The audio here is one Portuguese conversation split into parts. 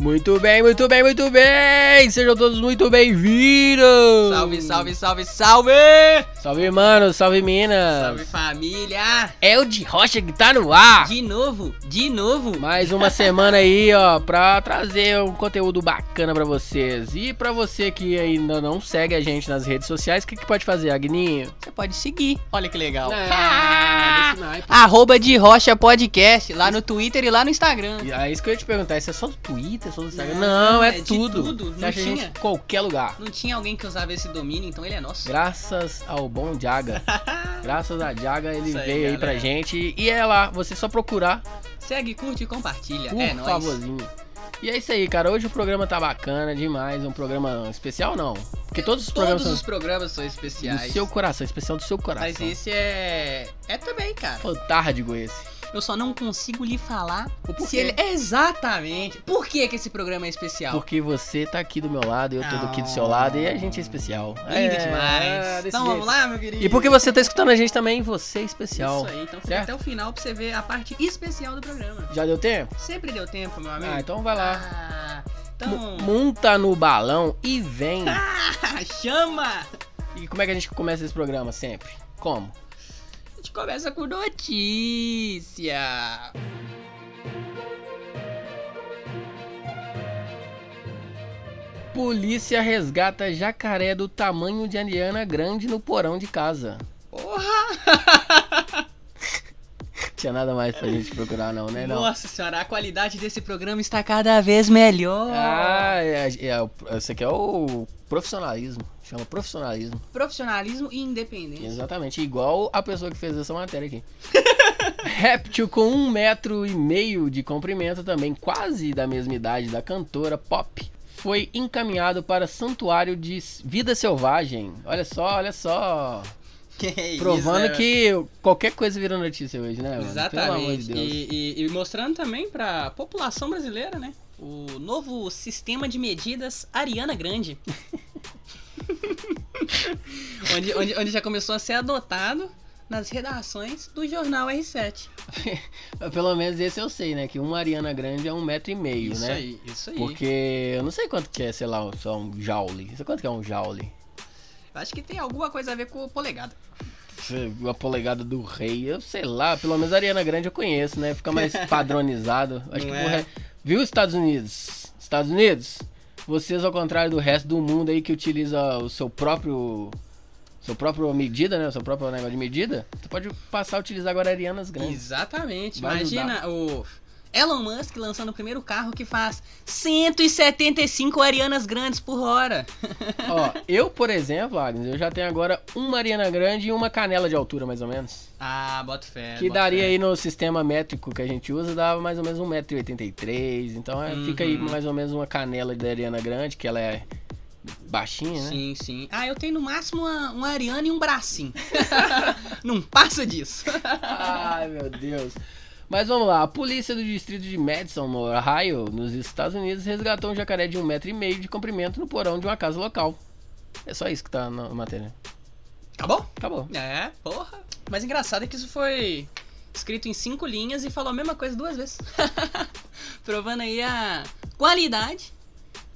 Muito bem, muito bem, muito bem! Sejam todos muito bem-vindos! Salve, salve, salve, salve! Salve, mano! Salve, Minas! Salve família! É o de Rocha que tá no ar! De novo, de novo! Mais uma semana aí, ó, pra trazer um conteúdo bacana pra vocês. E pra você que ainda não segue a gente nas redes sociais, o que, que pode fazer, Agninho? Você pode seguir, olha que legal! Ah, desse naipe. Arroba de Rocha Podcast, lá no Twitter e lá no Instagram. E É isso que eu ia te perguntar, isso é só do Twitter, é só do Instagram? Não, Não, é, é de tudo. tudo, Você não acha a gente tinha? em qualquer lugar. Não tinha alguém que usava esse domínio, então ele é nosso. Graças ao bom Jaga. Graças a Jaga, ele Isso aí, veio aí pra galera. gente. E é lá, você só procurar, Segue, curte e compartilha. por é nóis. favorzinho. E é isso aí, cara. Hoje o programa tá bacana demais. Um programa especial, não? Porque todos os programas Todos os são programas são do especiais. seu coração, especial do seu coração. Mas esse é. É também, cara. Fantárdico esse. Eu só não consigo lhe falar O porquê. se ele. Exatamente. Por que, que esse programa é especial? Porque você tá aqui do meu lado, eu tô aqui do seu Ah. lado e a gente é especial. Lindo é, demais. desse então jeito. vamos lá, meu querido. E porque você tá escutando a gente também, você é especial. Isso aí, então fica Certo? até o final pra você ver a parte especial do programa. Já deu tempo? Sempre deu tempo, meu amigo. Ah, então vai lá. Ah, Mu- então, Monta no balão e vem. chama! E como é que a gente começa esse programa sempre? Como? A gente começa com notícia. Polícia resgata jacaré do tamanho de Ariana Grande no porão de casa. Porra! Tinha nada mais pra gente procurar, não, né? Não. Nossa senhora, a qualidade desse programa está cada vez melhor. Ah, é, é, é, o- esse aqui é o profissionalismo. Chama profissionalismo. Profissionalismo e independência. Exatamente. Igual a pessoa que fez essa matéria aqui. Réptil com um metro e meio de comprimento, também quase da mesma idade da cantora Pop, foi encaminhado para santuário de s- vida selvagem. Olha só, olha só. Que Provando isso, né? que qualquer coisa vira notícia hoje, né? mano? Pelo amor de Exatamente. Deus. E, e- e mostrando também pra população brasileira, né? O novo sistema de medidas Ariana Grande. onde, onde- onde já começou a ser adotado nas redações do jornal R7. Pelo menos esse eu sei, né? Que uma Ariana Grande é um metro e meio, isso né? aí, isso aí. Porque eu não sei quanto que é, sei lá, só um joule. Sei quanto que é um joule. Acho que tem alguma coisa a ver com o polegada. A polegada do rei, eu sei lá. Pelo menos a Ariana Grande eu conheço, né? Fica mais padronizado. Acho que Não é? pro re- Viu, Estados Unidos? Estados Unidos? Vocês, ao contrário do resto do mundo aí que utiliza o seu próprio... Seu próprio medida, né? O seu próprio negócio de medida. Você pode passar a utilizar agora Arianas Grandes. Exatamente. Vai Imagina o Elon Musk lançando o primeiro carro que faz 175 Arianas Grandes por hora. Ó, eu, por exemplo, Agnes, eu já tenho agora uma Ariana Grande e uma canela de altura, mais ou menos. Ah, bota fé. que bota daria fé. aí no sistema métrico que a gente usa, dava mais ou menos 1,83m. Então é, fica aí Uhum. mais ou menos uma canela da Ariana Grande, que ela é baixinha, né? Sim, sim. Ah, eu tenho no máximo uma, uma Ariana e um bracinho. Não passa disso. Ai, meu Deus. Mas vamos lá, a polícia do distrito de Madison, no Ohio, nos Estados Unidos, resgatou um jacaré de 1,5m de comprimento no porão de uma casa local. É só isso que tá na matéria. Tá bom? Acabou. É, porra. Mas engraçado é que isso foi escrito em cinco linhas e falou a mesma coisa duas vezes. Provando aí a qualidade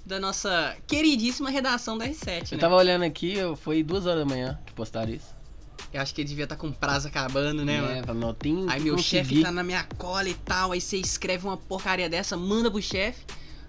da nossa queridíssima redação da R7, né? Eu tava olhando aqui, eu- foi duas horas da manhã que postaram isso. Eu acho que ele devia estar com o prazo acabando, né, mano? É, fala, não tem Aí que meu conseguir. chefe tá na minha cola e tal, aí você escreve uma porcaria dessa, manda pro chefe,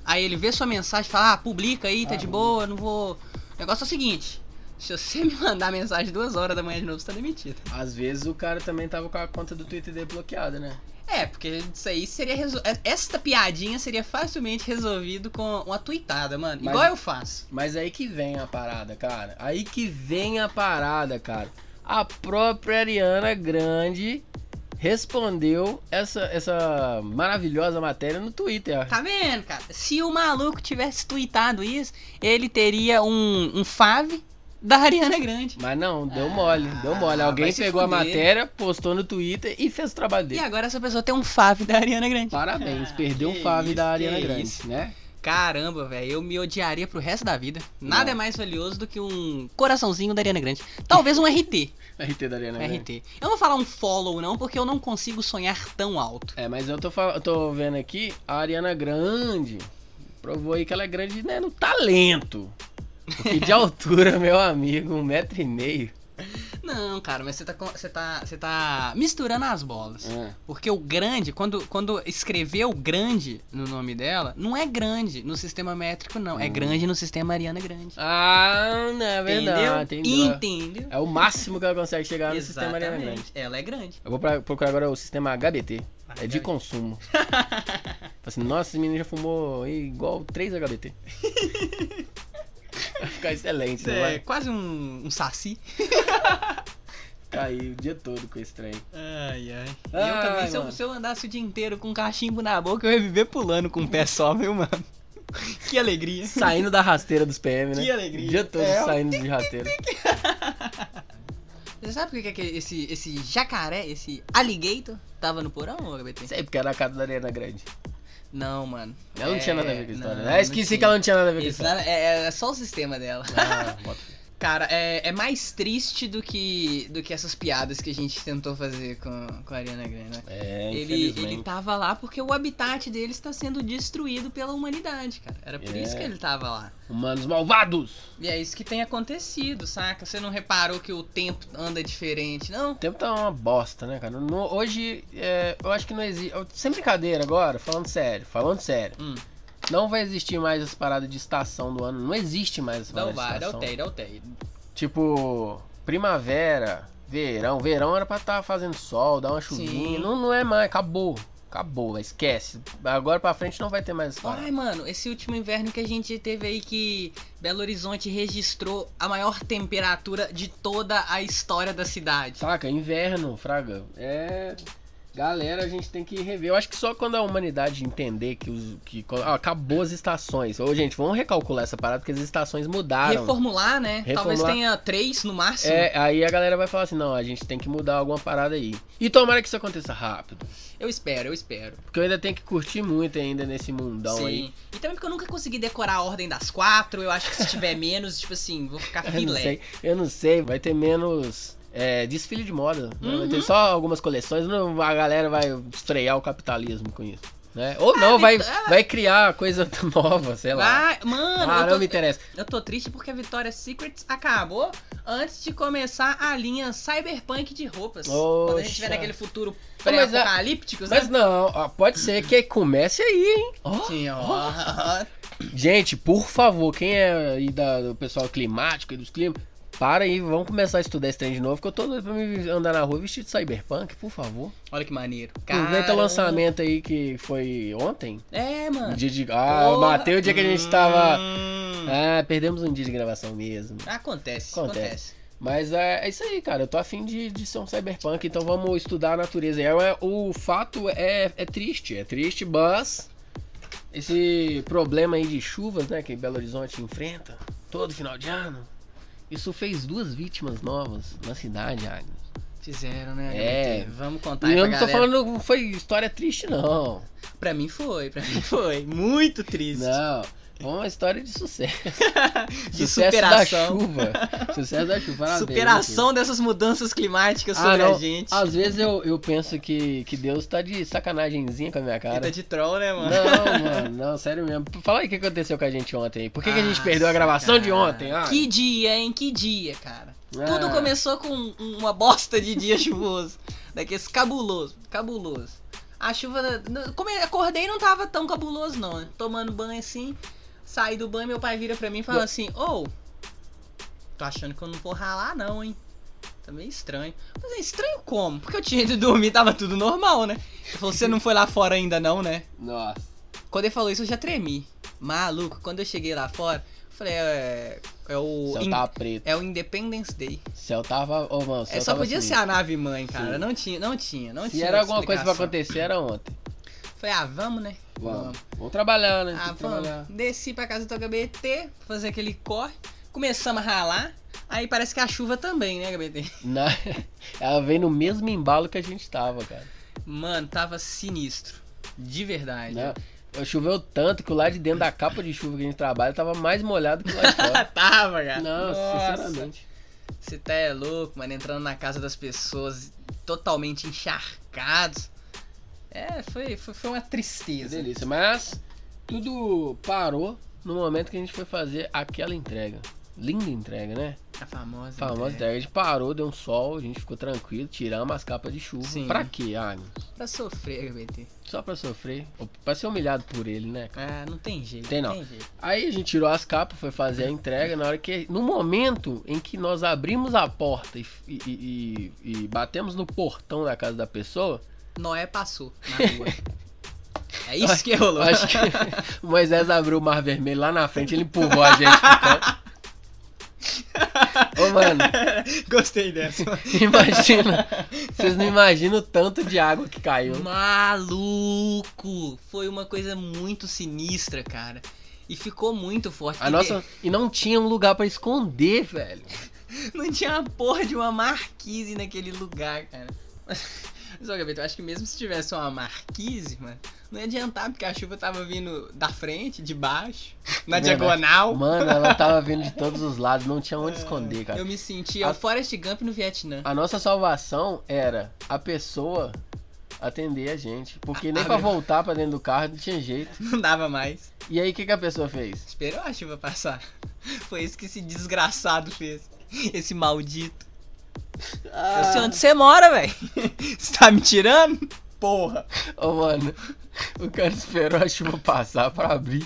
aí ele vê sua mensagem, fala, ah, publica aí, tá Ah, de mano. boa, não vou... O negócio é o seguinte, se você me mandar mensagem duas horas da manhã de novo, você tá demitido. Às vezes o cara também tava com a conta do Twitter dele bloqueada, né? É, porque isso aí seria... Resol... é, Esta piadinha seria facilmente resolvido com uma tuitada, mano, Mas- igual eu faço. Mas aí que vem a parada, cara. Aí que vem a parada, cara. A própria Ariana Grande respondeu essa, essa maravilhosa matéria no Twitter. Tá vendo, cara? Se o maluco tivesse tuitado isso, ele teria um, um fave da Ariana Grande. Mas não, deu mole, deu mole. Ah, Alguém vai se pegou a fuder. matéria, postou no Twitter e fez o trabalho E dele. agora essa pessoa tem um fave da Ariana Grande. Parabéns, Ah, perdeu que um fave isso, da que Ariana Grande, isso. né? Caramba, velho, eu me odiaria pro resto da vida. Nada é mais valioso do que um coraçãozinho da Ariana Grande. Talvez um RT. RT da Ariana Grande. RT. Eu não vou falar um follow, não, porque eu não consigo sonhar tão alto. É, mas eu tô, fal- eu tô vendo aqui a Ariana Grande. Provou aí que ela é grande né, no talento. Porque de altura, meu amigo, um metro e meio. Não, cara, mas você tá, com- você tá, você tá misturando as bolas. Ah, Porque o grande, quando, quando escreveu grande no nome dela, não é grande no sistema métrico, não. É Hum. grande no sistema Ariana Grande. Ah, não é verdade. Entendeu? Entendeu? Entendeu? É o máximo que ela consegue chegar no sistema Ariana Grande. Exatamente. Ela é grande. Eu vou pra- procurar agora o sistema HBT. É de Maravilhoso. consumo. Fala assim, Nossa, esse menino já fumou igual 3 HBT. Vai ficar excelente, Isso né? é Vai quase um, um saci. cair o dia todo com esse trem. Ai, ai. eu Ai, também, se eu, mano. se eu andasse o dia inteiro com um cachimbo na boca, eu ia viver pulando com um pé só, viu, mano? Que alegria. Saindo da rasteira dos PM, né? Que alegria. O dia todo É, ó. saindo de rasteira. Você sabe por que, que esse, esse jacaré, esse alligator, tava no porão, ô, Não HBT? sei porque era a casa da Ariana Grande. Não, mano. Ela não É, tinha nada a ver com a história. não, né? não esqueci tinha. que ela não tinha nada a ver com a Isso história. não- é, é só o sistema dela. Ah, bota. Cara, é, é mais triste do que, do que essas piadas que a gente tentou fazer com, com a Ariana Grande. né? é, Ele, infelizmente. ele tava lá porque o habitat dele está sendo destruído pela humanidade, cara. Era por É. isso que ele tava lá. Humanos malvados! E é isso que tem acontecido, saca? Você não reparou que o tempo anda diferente, não? O tempo tá uma bosta, né, cara? No- hoje, é, eu acho que não existe. Sem brincadeira agora, falando sério, falando sério. Hum, Não vai existir mais essa parada de estação do ano. Não existe mais essa parada não de vai, dá estação. o TEI, dá o TEI. Tipo, primavera, verão. Verão era pra estar fazendo sol, dar uma chuvinha. Sim. Não, não é mais, acabou. Acabou, esquece. Agora pra frente não vai ter mais essa parada. Ai, mano, esse último inverno que a gente teve aí que Belo Horizonte registrou a maior temperatura de toda a história da cidade. Saca, inverno, fraga. É. Galera, a gente tem que rever. Eu acho que só quando a humanidade entender que, os, que co- ó, acabou as estações. Ô, gente, vamos recalcular essa parada, porque as estações mudaram. Reformular, né? Talvez Reformular. tenha três no máximo. É, aí a galera vai falar assim, não, a gente tem que mudar alguma parada aí. E tomara que isso aconteça rápido. Eu espero, eu espero. Porque eu ainda tenho que curtir muito ainda nesse mundão Sim. aí. E também porque eu nunca consegui decorar a ordem das quatro. Eu acho que se tiver menos, tipo assim, vou ficar Eu não filé. sei, eu não sei, vai ter menos é, desfile de moda. né? Vai Uhum. ter só algumas coleções, não- a galera vai frear o capitalismo com isso. Né? Ah, Ou não, vai, Vitória- vai criar coisa nova, sei lá. Vai, mano, ah, eu, não tô, me interessa. eu tô triste porque a Victoria's Secrets acabou antes de começar a linha cyberpunk de roupas. Quando a gente tiver Oxa. naquele futuro Não, mas a- pré-apocalíptico, Mas né? não, ó, pode ser que comece aí, hein? Ó, Sim, ó. Gente, por favor, quem é aí da- do pessoal climático e dos climas, para aí, vamos começar a estudar esse trem de novo, que eu tô doido pra me andar na rua vestido de cyberpunk, por favor. Olha que maneiro. Aproveita o Caramba. lançamento aí que foi ontem. É, Um mano. dia de. Ah, Porra. bateu o dia que a gente tava. Hum. Ah, perdemos um dia de gravação mesmo. Acontece, Acontece. acontece. Mas é, é isso aí, cara. Eu tô afim de, de ser um cyberpunk, então vamos estudar a natureza. É, é- o fato é, é triste, é triste, mas esse problema aí de chuvas, né, que Belo Horizonte enfrenta todo final de ano, isso fez duas vítimas novas na cidade, Agnes. Fizeram, né? É. HBT? Vamos e contar aí eu pra não tô galera. falando não foi história triste, não. Pra mim foi, pra mim foi. Muito triste. Não. Foi uma história de sucesso. De sucesso superação. da chuva. Sucesso da chuva. parabéns, Superação dessas mudanças climáticas Ah, sobre a não. gente. Às vezes eu, eu penso que, que Deus tá de sacanagemzinha com a minha Vida cara. de troll, né, mano? Não, mano, não, sério mesmo. Fala aí o que aconteceu com a gente ontem. aí. Por que, que a gente Ah, perdeu a gravação de cara. ontem? Ah, Que dia, hein? Que dia, cara. ah, Tudo começou com um- uma bosta de dia chuvoso. Daqueles cabuloso, cabuloso. A chuva. n- come- Acordei e não tava tão cabuloso, não. né? Tomando banho assim. Saí do banho, meu pai vira pra mim e fala assim: Ô, tô achando que eu não vou ralar, não, hein? Tá meio estranho. Mas é estranho como? Porque eu tinha ido dormir, tava tudo normal, né? Ele falou: Você não foi lá fora ainda, não, né? Nossa. Quando ele falou isso, eu já tremi. Maluco, quando eu cheguei lá fora, eu falei: É, é O o. céu in- tava preto. É o Independence Day. O céu tava. Ô, mano, o céu É, só tava podia assim. ser a nave mãe, cara. Sim. Não tinha, não tinha, não Se tinha. era alguma coisa pra explicação. acontecer, era ontem. Falei, ah, vamos, né? Vamos. Vamos trabalhar, né? Tem Ah, que vamos. trabalhar. Desci pra casa do HBT, fazer aquele corre. Começamos a ralar. Aí parece que a chuva também, né, HBT? Na- Ela veio no mesmo embalo que a gente tava, cara. Mano, tava sinistro. De verdade. Né? Choveu tanto que o lá de dentro da capa de chuva que a gente trabalha tava mais molhado que o lá de fora. Tava, cara. Não, Nossa. sinceramente. Você tá é louco, mano, entrando na casa das pessoas totalmente encharcados. É, foi, foi, foi uma Que tristeza. delícia. Mas tudo parou no momento que a gente foi fazer aquela entrega. Linda entrega, né? A famosa. Famosa ideia. entrega. A gente parou, deu um sol, a gente ficou tranquilo, tiramos as capas de chuva. Sim. Pra quê, Agnes? Pra sofrer, HBT. Só pra sofrer, ou pra ser humilhado por ele, né? cara? Ah, não tem jeito. Tem não. jeito. Aí a gente tirou as capas, foi fazer a entrega. Na hora que, no momento em que nós abrimos a porta e, e- e- e- e batemos no portão da casa da pessoa, Noé passou na rua. é isso que rolou. eu acho que o Moisés abriu o mar vermelho lá na frente, ele empurrou a gente. pro canto. Ô, mano, Gostei dessa. imagina. Vocês não imaginam o tanto de água que caiu. Maluco! Foi uma coisa muito sinistra, cara. E ficou muito forte. A E nossa. E não tinha um lugar pra esconder, velho. Não tinha uma porra de uma marquise naquele lugar, cara. Mas, ó, Gabeto, eu acho que mesmo se tivesse uma marquise, mano, não ia adiantar, porque a chuva tava vindo da frente, de baixo, na Verdade. diagonal. Mano, ela tava vindo de todos os lados, não tinha onde esconder, cara. Eu me sentia A- o Forrest Gump no Vietnã. A nossa salvação era a pessoa atender a gente. Porque nem Ah, pra meu. voltar pra dentro do carro não tinha jeito. Não dava mais. E aí o que, que a pessoa fez? Esperou a chuva passar. Foi isso que esse desgraçado fez. Esse maldito. Eu sei Ah. onde você mora, velho. Você tá me tirando? Porra. Ô mano, o cara esperou a chuva passar pra abrir.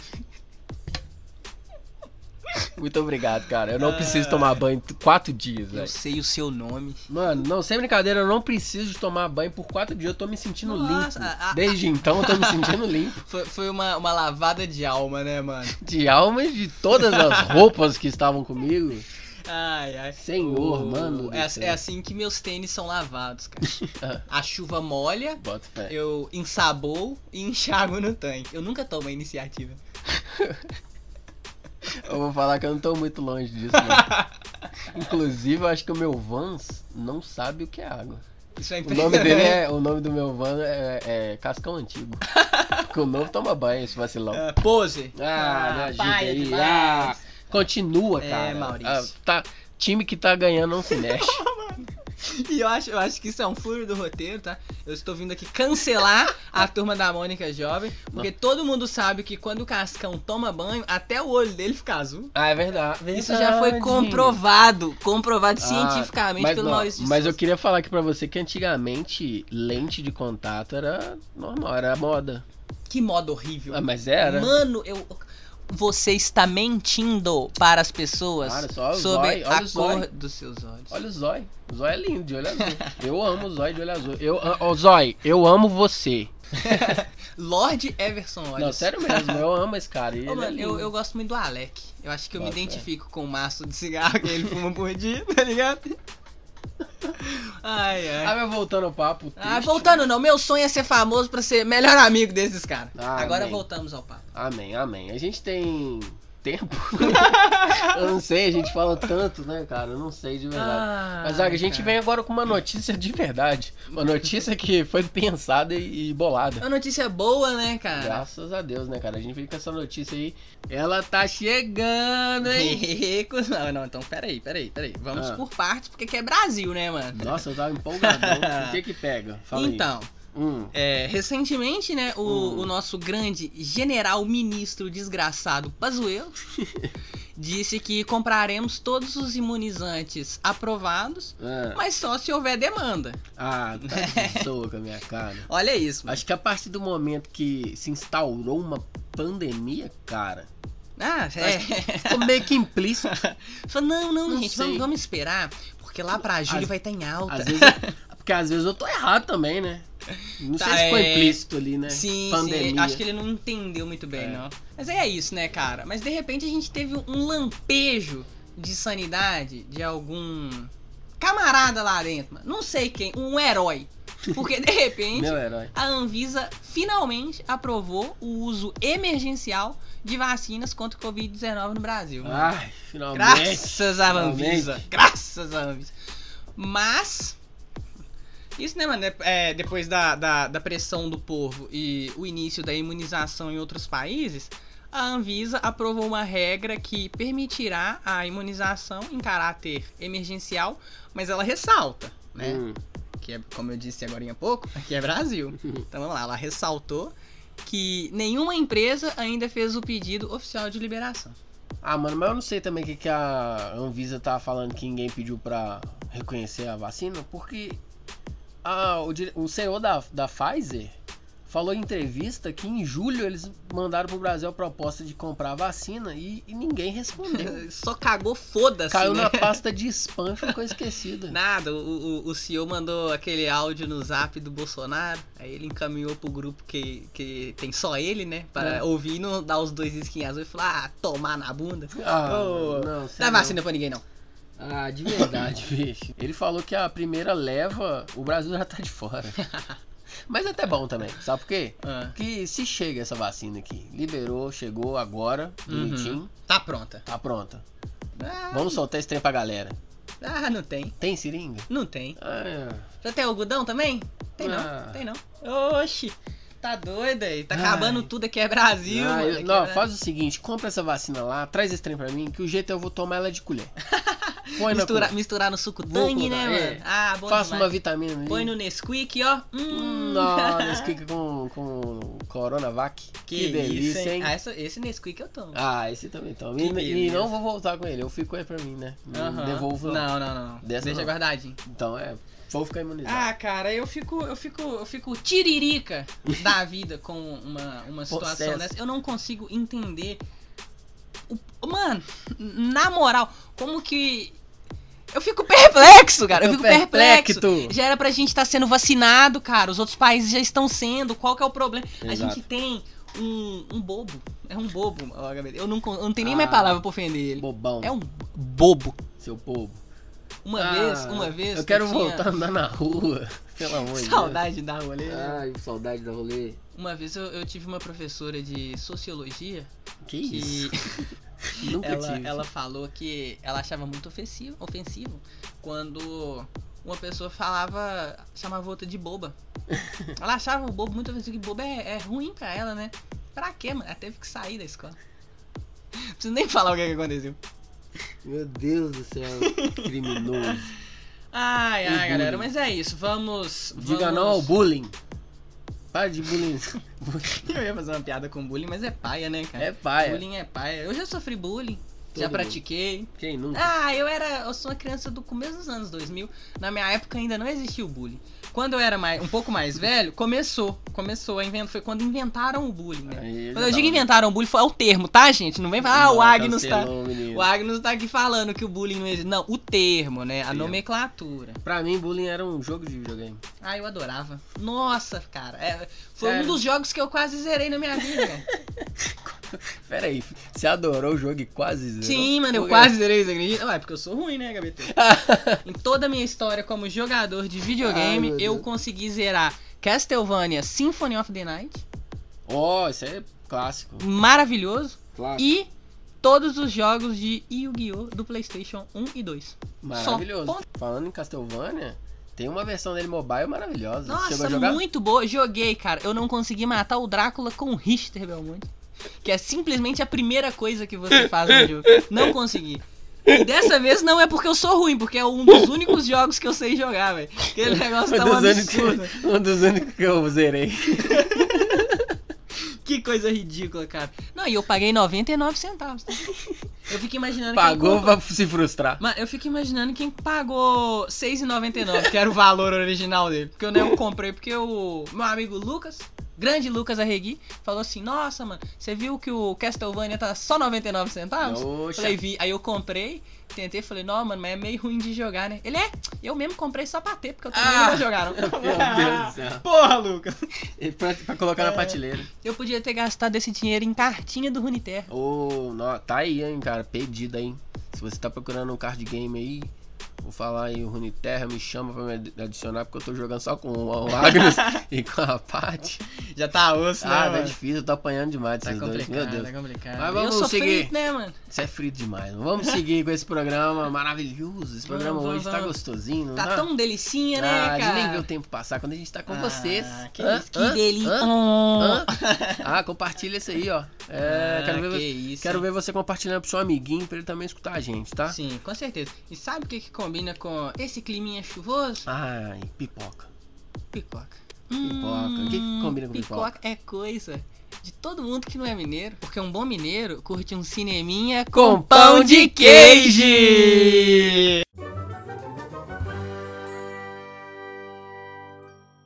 Muito obrigado, cara. Eu não Ah. preciso tomar banho t- quatro dias, Eu velho. sei o seu nome. Mano, não, sem brincadeira, eu não preciso tomar banho por quatro dias. Eu tô me sentindo Nossa, limpo. a- a- Desde então eu tô me sentindo limpo. Foi, foi uma, uma lavada de alma, né, mano? De alma e de todas as roupas que estavam comigo. Ai, ai. Senhor, mano do É, céu. Ah. é assim que meus tênis são lavados, cara. a chuva molha, Bota fé. eu ensabou e enxago no tanque. Eu nunca tomo a iniciativa. Eu vou falar que eu não tô muito longe disso, não. Inclusive, eu acho que o meu Vans não sabe o que é água. Isso é O nome impressionante. dele é. O nome do meu Vans é, é Cascão Antigo. Porque o novo toma banho, esse vacilão. Ah, pose. Ah, me ajuda paia aí. demais. Ah, continua, É, cara. Maurício. Ah, tá, time que tá ganhando não se mexe. E eu acho, eu acho que isso é um furo do roteiro, tá? Eu estou vindo aqui cancelar a turma da Mônica Jovem, porque todo mundo sabe que quando o Cascão toma banho, até o olho dele fica azul. Ah, é verdade. Isso já foi Verdade. comprovado, comprovado Ah, cientificamente mas pelo não, Maurício de Mas Souza. eu queria falar aqui pra você que antigamente lente de contato era normal, era moda. Que modo horrível. Ah, mas era. Mano, eu. Você está mentindo para as pessoas Cara, só o sobre zóio, olha a o cor zóio. dos seus olhos. Olha o Zói. O Zói é lindo, de olho azul. Eu amo o Zói de olho azul. Eu, a- ó, Zói, eu amo você. Lorde Everson Olhos. Não, sério mesmo, eu amo esse cara. e ele Ô, é mano, eu, lindo. é. eu gosto muito do Alec. Eu acho que eu Bota me fé. identifico com o maço de cigarro que ele fuma por dia, tá ligado? Ai, ai. Ah, mas voltando ao papo. Ah, triste. voltando não, meu sonho é ser famoso pra ser melhor amigo desses caras. Ah, Agora amém. voltamos ao papo. Amém, amém. A gente tem tempo. eu não sei, a gente fala tanto, né, cara? Eu não sei de verdade. Mas, Zaga, a gente Ah, cara. vem agora com uma notícia de verdade. Uma notícia que foi pensada e, e bolada. É Uma notícia boa, né, cara? Graças a Deus, né, cara? A gente vem com essa notícia aí. Ela tá chegando, hein? Ricos. Não, não, então peraí, peraí, peraí. Vamos Ah. por partes, porque aqui é Brasil, né, mano? Nossa, eu tava empolgadão. O que que pega? Fala aí. então, Hum. é, recentemente, né, o, Hum. o nosso grande general ministro desgraçado Pazuello disse que compraremos todos os imunizantes aprovados, Ah. mas só se houver demanda. Ah, tá de zoa com a minha cara. Olha isso, mano. Acho que a partir do momento que se instaurou uma pandemia, cara, Ah, é. ficou meio que implícito. Falou, não, não, Não gente, sei. vamos, vamos esperar, porque lá pra julho Às- vai estar em Às alta. vezes eu- porque às vezes eu tô errado também, né? Não Tá, sei se ficou é. implícito ali, né? Sim, pandemia. sim, acho que ele não entendeu muito bem, É. não. Mas aí é isso, né, cara? Mas de repente a gente teve um lampejo de sanidade de algum camarada lá dentro, mano. Não sei quem, um herói. Porque de repente Meu herói. a Anvisa finalmente aprovou o uso emergencial de vacinas contra o Covid-19 no Brasil. mano. Ai, finalmente. Graças à Anvisa. Graças à Anvisa. Mas Isso, né, mano? É, é, depois da, da, da pressão do povo e o início da imunização em outros países, a Anvisa aprovou uma regra que permitirá a imunização em caráter emergencial, mas ela ressalta, né? Hum. que é, como eu disse agora há pouco, aqui é Brasil. Então vamos lá, ela ressaltou que nenhuma empresa ainda fez o pedido oficial de liberação. Ah, mano, mas eu não sei também o que, que a Anvisa tá falando que ninguém pediu pra reconhecer a vacina, porque a- o, dire- o CEO da, da Pfizer falou em entrevista que em julho eles mandaram pro Brasil a proposta de comprar a vacina e, e ninguém respondeu. Só cagou foda-se. Caiu né? na pasta de spam e ficou esquecida. Nada, o, o, o CEO mandou aquele áudio no zap do Bolsonaro, aí ele encaminhou pro grupo que, que tem só ele, né? Para É. ouvir e não dar os dois esquinhas azuis e falar, ah, tomar na bunda. Ah, Ô, não, sei Dá não. vacina pra ninguém, não. Ah, de verdade, bicho. Ele falou que a primeira leva, o Brasil já tá de fora. Mas é até bom também, sabe por quê? Ah, Que se chega essa vacina aqui, liberou, chegou agora, Uhum. bonitinho, tá pronta. tá pronta. Ah, Vamos soltar esse trem pra galera. ah, não tem. Tem seringa? Não tem. Ah, Já tem algodão também? Tem não, Ah. tem não. Oxi, tá doida aí. Tá Ai. acabando tudo aqui é Brasil. ah, mano, eu- aqui é não, Brasil. faz o seguinte, compra essa vacina lá, traz esse trem pra mim, que o jeito é eu vou tomar ela de colher. Põe na Mistura, colher. misturar no suco Vou tangue, né, colocar, é. mano? Ah, bom Faça uma demais. vitamina ali. Põe no Nesquik, ó. Hum, Hum. Nossa, esse que com, com Coronavac. Que, delícia, isso, hein? Ah, essa- esse Nesquik eu tomo. Ah, esse também toma. Que E, e beleza. não vou voltar com ele, eu fico com ele pra mim, né? Não Aham. devolvo não. Não, não, não. Dessa Deixa não. guardadinho. Então é, vou ficar imunizado. Ah, cara, eu fico, eu fico, eu fico tiririca da vida com uma, uma situação Processo. dessa. Eu não consigo entender. o- mano, na moral, como que. Eu fico perplexo, cara. Eu Fica fico perplexo. perplexo. Já era pra gente estar sendo vacinado, cara. Os outros países já estão sendo. Qual que é o problema? A Exato. gente tem um, um bobo. É um bobo, ó, Gabriel. Eu não, con- eu não tenho nem Ah. mais palavra pra ofender ele. Bobão, É um bobo. seu povo. Uma Ah, vez, uma vez. Eu quero tinha- voltar a andar na rua. Pelo amor de Deus. Saudade da rolê. né? Ai, saudade da rolê. Uma vez eu, eu tive uma professora de sociologia Que isso? que Nunca ela, tive. ela falou que ela achava muito ofensivo, ofensivo quando uma pessoa falava, chamava outra de boba. Ela achava o bobo muito ofensivo, que bobo é, é ruim pra ela, né? Pra quê, mano? Ela teve que sair da escola. Não preciso nem falar o que, que aconteceu. Meu Deus do céu, criminoso. Ai, O ai, bullying. galera, mas é isso. Vamos. Diga vamos... não ao bullying. Para de bullying. Bullying Eu ia fazer uma piada com bullying, mas é paia, né, cara? É paia. Bullying é paia. Eu já sofri bullying, Todo já mundo. pratiquei. Quem nunca? Ah, eu era. Eu sou uma criança do começo dos anos 2000. Na minha época ainda não existia o bullying. Quando eu era mais, um pouco mais velho, começou. Começou a inventar. Foi quando inventaram o bullying, né? Aí, um Quando eu já digo tava- inventaram o bullying, foi é o termo, tá, gente? Não vem falar, ah, o Não, Agnus tá. cancelou, menino. O Agnus tá aqui falando que o bullying não existe. Não, o termo, né? A Termo. nomenclatura. Pra mim, bullying era um jogo de videogame. Ah, eu adorava. Nossa, cara. é, foi Sério? um dos jogos que eu quase zerei na minha vida. cara. Pera aí, você adorou o jogo e quase zerou? Sim, mano, eu Por quê? quase zerei, você acredita? Ué, porque eu sou ruim, né, Gabi? em toda a minha história como jogador de Ai, videogame, meu eu Deus. consegui zerar Castlevania Symphony of the Night, Ó, isso é clássico. maravilhoso, Clássico. e todos os jogos de Yu-Gi-Oh! do PlayStation 1 e 2. Maravilhoso. só Falando em Castlevania, tem uma versão dele mobile maravilhosa. Você Nossa, chegou a jogar? muito boa. Joguei, cara. Eu não consegui matar o Drácula com o Richter Belmonte. Que é simplesmente a primeira coisa que você faz no jogo. Não consegui. E dessa vez não é porque eu sou ruim, porque é um dos únicos jogos que eu sei jogar, velho. Aquele negócio tá um Um dos, absurdo. únicos, um dos únicos que eu zerei. Que coisa ridícula, cara. Não, e eu paguei 99 centavos. tá? Eu fico imaginando Pagou pra quem se frustrar. Mano, eu fico imaginando quem pagou 6,99, que era o valor original dele. Porque eu não comprei, porque o meu amigo Lucas, grande Lucas Arregui, falou assim: Nossa, mano, você viu que o Castlevania tá só 99 centavos? Oxa. Falei, vi. Aí eu comprei, tentei, falei: Não, mano, mas é meio ruim de jogar, né? Ele é, eu mesmo comprei só pra ter, porque eu também Ah, não vou jogar, não. meu Deus do céu. Porra, Lucas. E Pra, pra colocar É. na prateleira. Eu podia ter gastado esse dinheiro em cartinha do Runeterra. Ô, nó- tá aí, hein, cara. Perdida, hein. Se você tá procurando um card game aí, Vou falar aí, o Rune Terra me chama pra me adicionar, porque eu tô jogando só com o Agnes e com a Paty. Já tá osso, né? Ah, tá mano? difícil, eu tô apanhando demais Tá esses dois. Meu complicado, Deus. tá complicado. Mas vamos eu sou seguir. frito, né, mano? Isso é frito demais. Vamos seguir com esse programa maravilhoso. Esse Vamos, programa vamos, hoje tá vamos. gostosinho, não Tá tão delicinha, né, Ah, a gente cara? nem vê o tempo passar quando a gente tá com Ah, vocês. Que, Hã? que Hã? delícia. Hã? Ah, Hã? Ah, compartilha esse aí, ó. É, quero, ver, Ah, que isso. quero ver você compartilhando pro seu amiguinho pra ele também escutar a gente, tá? Sim, com certeza. E sabe o que, que combina com esse climinha chuvoso? Ah. Ai, pipoca. Pipoca. Hum, Pipoca. O que que combina com Pipoca é coisa de todo mundo que não é mineiro. Porque um bom mineiro curte um cineminha Com pão de queijo.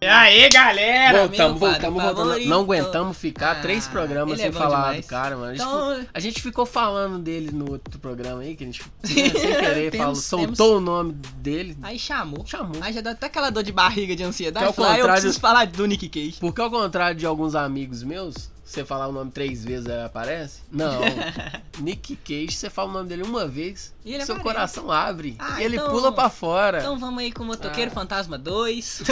E aí, galera! voltamos, meu quadro voltamos, voltamos. favorito. Não aguentamos ficar Ah, três programas ele sem é bom falar demais. do cara, mano. A gente ficou- Então, A gente ficou falando dele no outro programa aí, que a gente né, sem querer Temos- falou, temos- soltou o nome dele. aí chamou. Chamou. Aí já dá até aquela dor de barriga de ansiedade. Que ao falar, "Ah, eu contrário- preciso falar do Nick Cage. Porque ao contrário de alguns amigos meus, você falar o nome três vezes aí aparece? Não. Nick Cage, você fala o nome dele uma vez, E ele seu aparece. coração abre. Ah, e ele então- pula pra fora. Então vamos aí com o Motoqueiro É. Ah. Fantasma 2.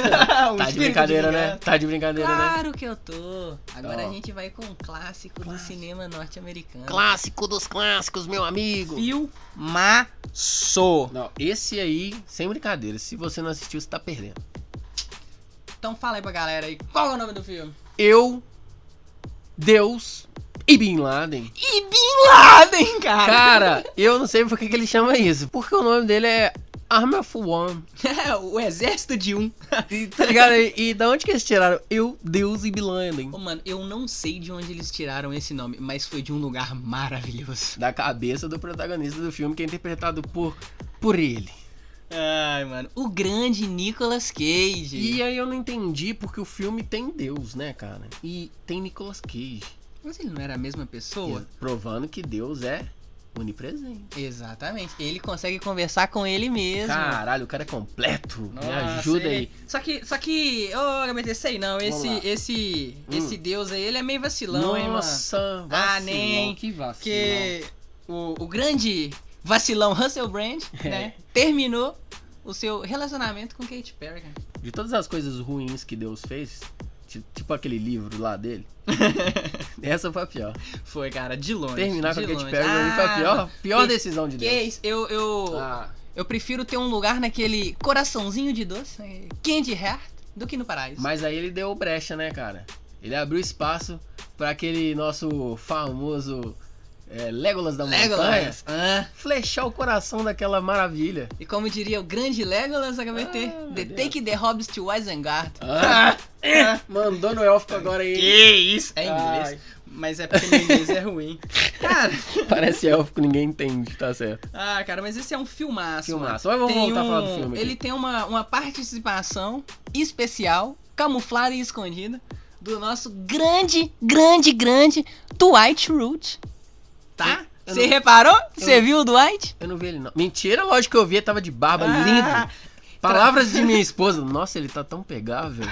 tá de brincadeira, né? Tá de brincadeira, né? Claro que eu tô. Agora Ó. a gente vai com um clássico do Clássico. cinema norte-americano. Clássico dos clássicos, meu amigo. Filmaço. Não, esse aí, sem brincadeira, se você não assistiu, você tá perdendo. Então fala aí pra galera aí, qual é o nome do filme? Eu, Deus e Bin Laden. E Bin Laden, cara. Cara, eu não sei por que que ele chama isso. Porque o nome dele é Army of One. É, o exército de um. E, tá ligado? E, e da onde que eles tiraram? Eu, Deus e Bin Laden. Ô, mano, eu não sei de onde eles tiraram esse nome, mas foi de um lugar maravilhoso. Da cabeça do protagonista do filme, que é interpretado por, por ele. Ai, mano, o grande Nicolas Cage. E aí eu não entendi porque o filme tem Deus, né, cara? E tem Nicolas Cage. Mas ele não era a mesma pessoa? Provando que Deus é onipresente. Exatamente. Ele consegue conversar com ele mesmo. Caralho, o cara é completo. Me Nossa, ajuda ele- é aí. Só que, só que, ô, HBT, sei não, esse, Vamos lá. esse, Hum. esse deus aí, ele é meio vacilão, hein, mano? Nossa, vacilão, Ah, nem. que vacilão. Porque o, o grande vacilão Russell Brand, né, terminou o seu relacionamento com Kate Perry, cara. De todas as coisas ruins que Deus fez, ti- tipo aquele livro lá dele, essa foi a pior. Foi, cara, de longe, Terminar com de a Katy longe. Ah, Perry pra mim foi a mano, pior, pior que- decisão de Que Deus. isso, eu, eu, Ah, eu prefiro ter um lugar naquele coraçãozinho de doce, né, candy heart, do que no paraíso. mas aí ele deu brecha, né, cara? Ele abriu espaço pra aquele nosso famoso é, Legolas da montanha Legolas, ah, flechar o coração daquela maravilha. e como diria o grande Legolas, HBT, Ah, meu the Deus. take the hobbits to Isengard. Ah, é, mandou no élfico agora aí. isso? É inglês. Mas é porque meu inglês é ruim. Cara, Ai, parece élfico, ninguém entende, tá certo. ah, cara, mas esse é um filmaço. Filmaço. Mas mano. vamos Tem voltar a falar do um- filme. aqui. Ele tem uma, uma participação especial, camuflada e escondida, do nosso grande, grande, grande Dwight Root. Tá? Eu- eu Você não- reparou? eu Você viu o Dwight? Eu não vi ele, não. Mentira, lógico que eu vi, ele tava de barba, Ah, lindo. Palavras de minha esposa. Nossa, ele tá tão pegável.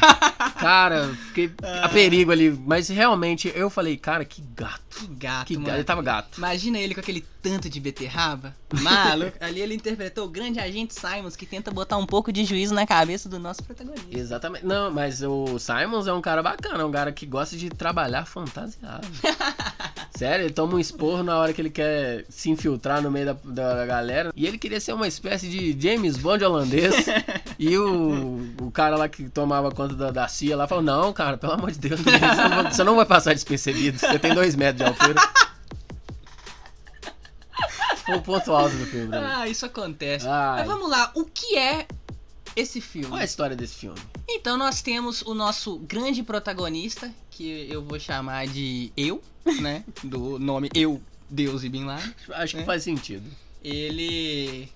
Cara, fiquei a perigo ali. Mas realmente, eu falei, cara, que gato. Que gato, Que gato. mano. Ele tava gato. Imagina ele com aquele tanto de beterraba. Maluco. Ali ele interpretou o grande agente Simons, que tenta botar um pouco de juízo na cabeça do nosso protagonista. Exatamente. Não, mas o Simons é um cara bacana, é um cara que gosta de trabalhar fantasiado. Sério, ele toma um esporro na hora que ele quer se infiltrar no meio da, da galera. E ele queria ser uma espécie de James Bond holandês. e o, o cara lá que tomava conta da, da CIA lá falou: Não, cara, pelo amor de Deus, você não, vai- você não vai passar despercebido. Você tem dois metros de altura. Foi o ponto alto do filme. Né? Ah, isso acontece. Ai. Mas vamos lá, o que é esse filme? Qual é a história desse filme? Então nós temos o nosso grande protagonista, que eu vou chamar de Eu, né? Do nome Eu, Deus e Bin Laden. Acho que É. faz sentido. Ele.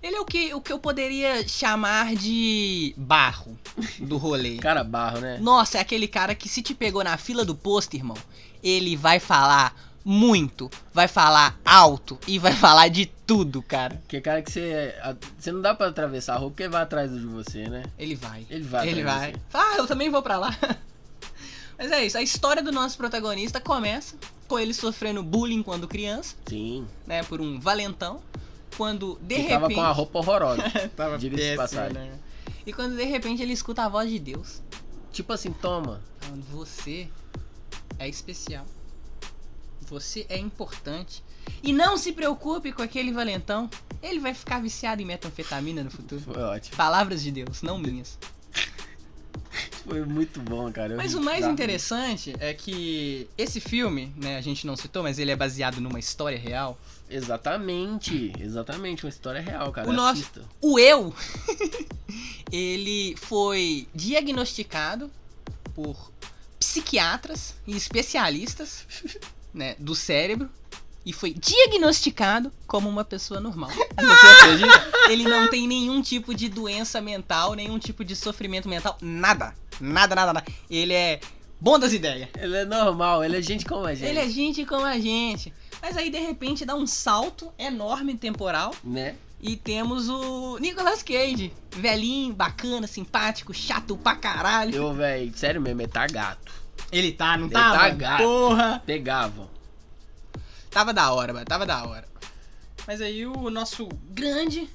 Ele é o que, o que eu poderia chamar de barro do rolê. Cara barro, né? Nossa, é aquele cara que se te pegou na fila do posto, irmão, ele vai falar muito, vai falar alto e vai falar de tudo, cara. Porque cara que você. a- Você não dá pra atravessar a rua porque ele vai atrás de você, né? Ele vai. Ele vai Ele atrás vai. de você. Ah, eu também vou pra lá. Mas é isso, a história do nosso protagonista começa com ele sofrendo bullying quando criança, Sim. né, por um valentão. quando de que repente. tava com a roupa horrorosa. Tava Diga-se de péssimo, passagem. né? E quando de repente ele escuta a voz de Deus tipo assim, toma. falando: Você é especial. Você é importante. E não se preocupe com aquele valentão. Ele vai ficar viciado em metanfetamina no futuro. Foi ótimo. Palavras de Deus, não minhas. Foi muito bom, cara. Eu Mas ri o mais da- interessante é que esse filme, né, a gente não citou, mas ele é baseado numa história real. Exatamente, exatamente. Uma história real, cara. O nosso- Assista. O eu, ele foi diagnosticado por psiquiatras e especialistas, né, do cérebro e foi diagnosticado como uma pessoa normal. Você acredita? Ele não tem nenhum tipo de doença mental, nenhum tipo de sofrimento mental, nada, nada, nada, nada. Ele é bom das ideias. ele é normal, ele é gente como a gente. Ele é gente como a gente. Mas aí, de repente, dá um salto enorme temporal Né? e temos o Nicolas Cage. Velhinho, bacana, simpático, chato pra caralho. Eu, velho, sério mesmo, ele tá gato. Ele tá, não Ele tá? tá mano? gato. Porra! Pegavam. Tava da hora, mano, tava da hora. Mas aí o nosso grande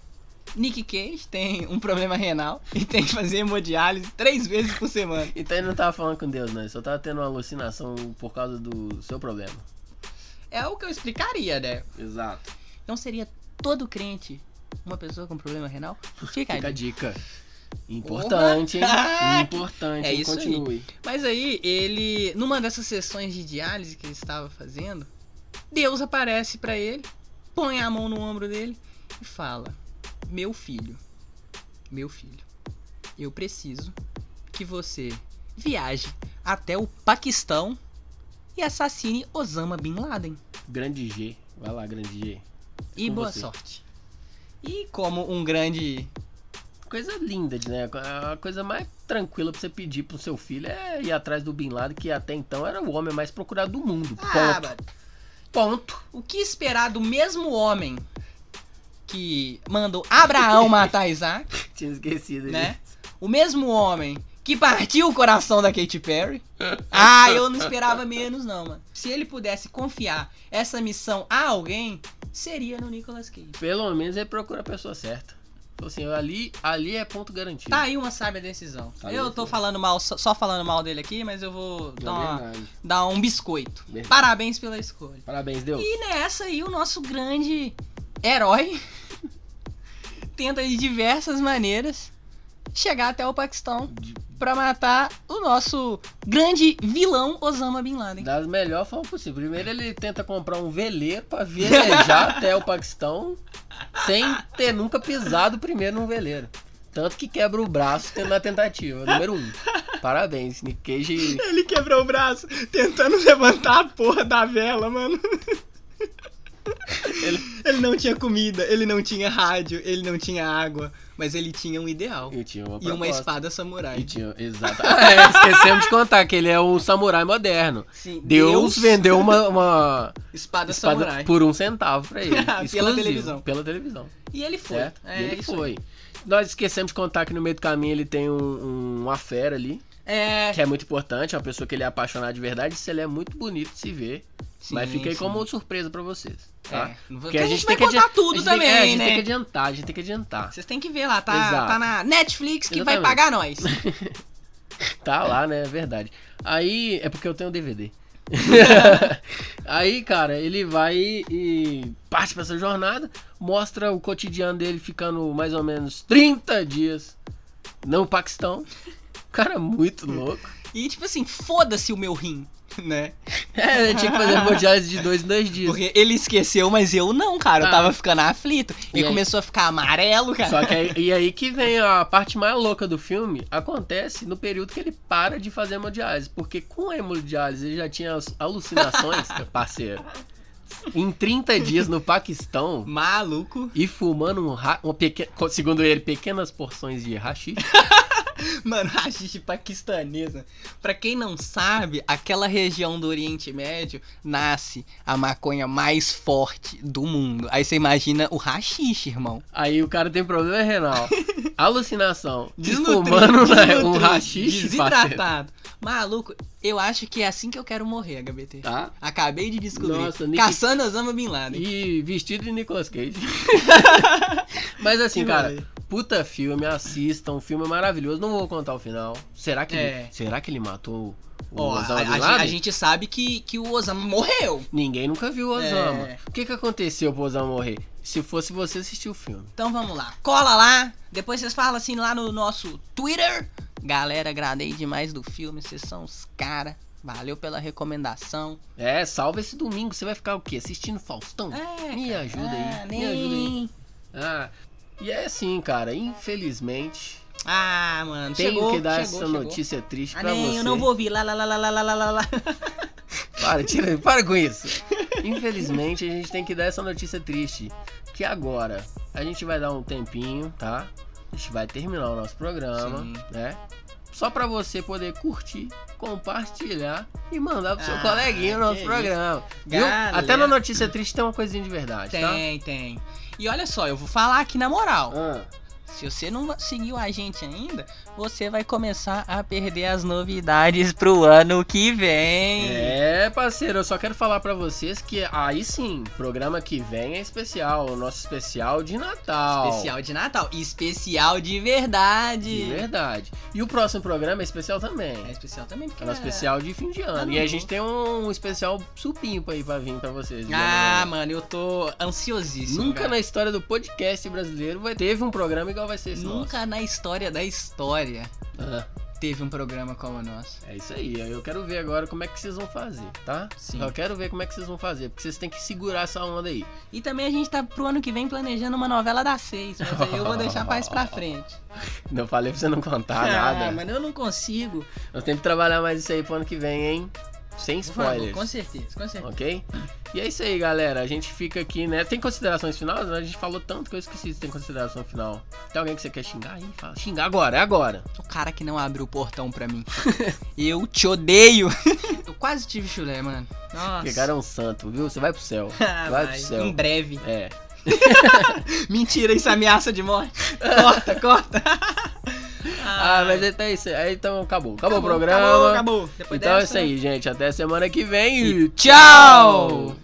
Nick Cage tem um problema renal e tem que fazer hemodiálise três vezes por semana. Então ele não tava falando com Deus, não. Ele só tava tendo uma alucinação por causa do seu problema. É o que eu explicaria, né? Exato. Não seria todo crente uma pessoa com problema renal? Fica, aí. Fica a dica. Importante, hein? Ah, Importante, é hein? isso aí. Continue. Mas aí, ele, numa dessas sessões de diálise que ele estava fazendo, Deus aparece pra ele, põe a mão no ombro dele e fala: Meu filho, meu filho, eu preciso que você viaje até o Paquistão e assassine Osama Bin Laden. Grande G. Vai lá, grande G. E Com boa você. sorte. E como um grande. Coisa linda, né? A coisa mais tranquila pra você pedir pro seu filho é ir atrás do Bin Laden, que até então era o homem mais procurado do mundo. Ah, Ponto. mano, Ponto. o que esperar do mesmo homem que mandou Abraão matar Isaac? Tinha esquecido né? disso. O mesmo homem que partiu o coração da Katy Perry. Ah, eu não esperava menos, não, mano. Se ele pudesse confiar essa missão a alguém, seria no Nicolas Cage. Pelo menos ele procura a pessoa certa. Falou assim, ali, ali é ponto garantido. Tá aí uma sábia decisão. Tá eu aí, tô sim. falando mal, só só falando mal dele aqui, mas eu vou É dar, uma- verdade. dar um biscoito. Verdade. Parabéns pela escolha. Parabéns, Deus. E nessa aí, o nosso grande herói tenta de diversas maneiras chegar até o Paquistão De- pra matar o nosso grande vilão Osama Bin Laden. Das melhores formas possível. Primeiro ele tenta comprar um veleiro pra velejar até o Paquistão sem ter nunca pisado primeiro num veleiro. Tanto que quebra o braço tendo a tentativa. Número um. Parabéns, Nick Cage. Ele quebrou o braço tentando levantar a porra da vela, mano. Ele, ele não tinha comida, ele não tinha rádio, ele não tinha água, mas ele tinha um ideal. E tinha uma E uma proposta. espada E samurai. tinha, exato. Ah, é, esquecemos de contar que ele é um samurai moderno. Sim, Deus, vendeu uma, uma espada, espada samurai. por um centavo pra ele. Pela exclusivo, televisão. Pela televisão. E ele foi. Certo? É, e ele isso aí. foi. Nós esquecemos de contar que no meio do caminho ele tem um- um- uma fera ali, É, que é muito importante, é uma pessoa que ele é apaixonado de verdade, se ele é muito bonito de se ver. sim, mas fica aí sim. como surpresa pra vocês, tá? É, não vou- Porque Porque a gente, vai contar adian- a tudo gente tem- também, é, a gente né? tem que adiantar, a gente tem que adiantar. Vocês têm que ver lá, tá, Exato. tá na Netflix que vai Exatamente. pagar nós. Tá lá, né? É verdade. Aí, é porque eu tenho DVD. aí, cara, ele vai e parte pra essa jornada, mostra o cotidiano dele ficando mais ou menos 30 dias no Paquistão. Cara, muito louco. E tipo assim, foda-se o meu rim, né? É, eu tinha que fazer hemodiálise de dois em dois dias. Porque ele esqueceu, mas eu não, cara. Eu Ah. tava ficando aflito. E Ele aí? começou a ficar amarelo, cara. Só que aí, e aí que vem a parte mais louca do filme, acontece no período que ele para de fazer hemodiálise, porque com a hemodiálise ele já tinha as alucinações, parceiro. Em 30 dias no Paquistão Maluco. e fumando um, ra- uma pequena, segundo ele, pequenas porções de hashi. Mano, a gente paquistanesa. Pra quem não sabe, aquela região do Oriente Médio nasce a maconha mais forte do mundo. Aí você imagina o rachixe, irmão. Aí o cara tem problema renal, alucinação, e Desnutrido, fumando né, um desnutrido, hashi, parceiro. Desidratado. Maluco, Eu acho que é assim que eu quero morrer, HBT. tá? Acabei de descobrir. Nossa, Nick- Caçando Osama Bin Laden. E vestido de Nicolas Cage. Mas assim, Que cara, vai. puta filme, assistam, o filme é maravilhoso. Não vou contar o final. Será que, É. ele, será que ele matou o Ó, a, Osama a Bin gen- Laden? a gente sabe que, que o Osama morreu. Ninguém nunca viu o Osama. É. O que, que aconteceu pro Osama morrer? Se fosse você assistir o filme. Então vamos lá. Cola lá. Depois vocês falam assim lá no nosso Twitter. Galera, agradei demais do filme. Vocês são os cara. Valeu pela recomendação. É, salva esse domingo. Você vai ficar o quê? Assistindo Faustão? É, Me ajuda ah, aí. Me nem- ajuda aí. Ah, e é assim, cara. Infelizmente, Ah, mano. tenho chegou, que dar chegou, essa chegou. notícia triste Ah, pra nem, você. eu não vou ouvir. Lá, lá, lá, lá, lá, lá, lá, lá. Para, tira, para com isso. Infelizmente, a gente tem que dar essa notícia triste. Que agora a gente vai dar um tempinho, tá? A gente vai terminar o nosso programa, Sim. né? Só pra você poder curtir, compartilhar e mandar pro seu Ah, coleguinha o nosso que isso. programa. Viu? Galera. Até na notícia triste tem uma coisinha de verdade, tá? Tem, tem. E olha só, eu vou falar aqui na moral. Ah, Se você não seguiu a gente ainda, você vai começar a perder as novidades pro ano que vem. é, parceiro, eu só quero falar pra vocês que aí sim, programa que vem é especial, o nosso especial de Natal. Especial de Natal. E Especial de verdade. De verdade. E o próximo programa é especial também. É Tá especial também, porque. É um especial de fim de ano. Ano E a novo. gente tem um especial supimpa aí pra vir pra vocês. né? Ah, mano, eu tô ansiosíssimo. Nunca cara. na história do podcast brasileiro vai... teve um programa igual vai ser esse Nunca na história da história nosso. Ah, teve um programa como o nosso. é isso aí. Eu quero ver agora como é que vocês vão fazer, tá? Sim. Eu quero ver como é que vocês vão fazer, porque vocês têm que segurar essa onda aí. E também a gente tá pro ano que vem planejando uma novela das seis, mas aí eu vou deixar mais pra frente. Não falei pra você não contar nada. Ah, mas eu não consigo. Nós temos que trabalhar mais isso aí pro ano que vem, hein? Sem Por favor, spoilers. com certeza, com certeza. Ok? E é isso aí, galera. A gente fica aqui, né? Tem considerações finais? A gente falou tanto que eu esqueci se tem consideração final. Tem alguém que você quer xingar aí? Fala. Xingar agora, é agora. O cara que não abriu o portão pra mim. eu te odeio. eu quase tive chulé, mano. Nossa. Porque cara é um santo, viu? Você vai pro céu. Ah, vai vai. pro céu. Em breve. É. Mentira, isso é ameaça de morte. Corta, corta. Ah, mas então é isso aí. Então acabou. Acabou, o programa. Acabou, acabou. Depois Então é dessa- isso aí, gente. Até semana que vem. Tchau!